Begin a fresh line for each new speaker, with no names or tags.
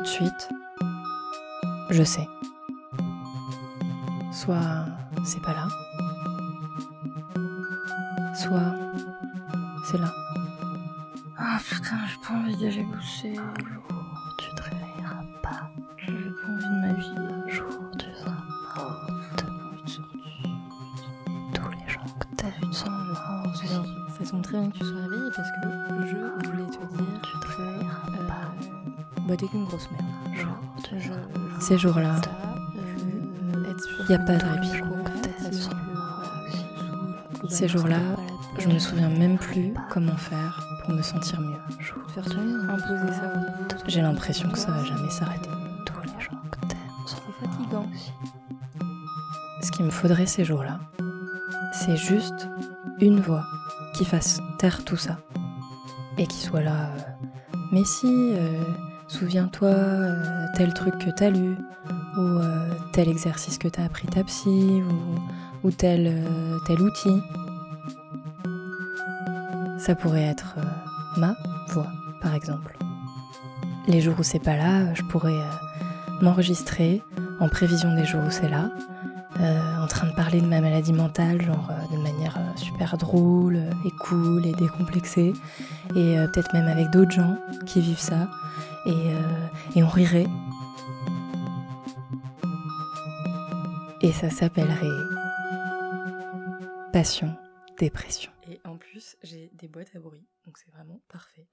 ensuite, je sais. Soit c'est pas là, soit c'est là.
Ah putain, j'ai pas envie d'aller bosser.
Tu te réveilleras pas
J'ai pas envie de ma vie.
un jour, tu seras mort.
J'ai pas envie de sortir.
Tous les gens que t'as vus sont
Putain, j'ai
morts.
pas envie d'aller-
Ça tombe très bien que tu sois réveillée parce que je voulais te dire
Tu te
que.
réveilleras
euh,
pas.
Bah, t'es qu'une grosse merde.
Genre,
Je-
genre,
Ces jours-là,
y
y a pas de répit. Ces jours-là, je me souviens même plus comment faire pour me sentir mieux.
Imposer ça aux autres.
J'ai l'impression que ça va jamais s'arrêter.
Tous les gens que t'aimes sont fatigants.
Ce qu'il me faudrait ces jours-là, c'est juste une voix qui fasse taire tout ça. Et qui soit là. euh, mais si, euh, souviens-toi, euh, tel truc que t'as lu, ou euh, tel exercice que t'as appris ta psy, ou, ou tel, euh, tel outil. Ça pourrait être euh, ma voix, par exemple. Les jours où c'est pas là, je pourrais euh, m'enregistrer en prévision des jours où c'est là, euh, en train de parler de ma maladie mentale, genre euh, de manière euh, super drôle euh, et cool et décomplexée, et euh, peut-être même avec d'autres gens qui vivent ça, et, euh, et on rirait. Et ça s'appellerait Passion, dépression. Et en plus, j'ai des boîtes à bruit, donc c'est vraiment parfait.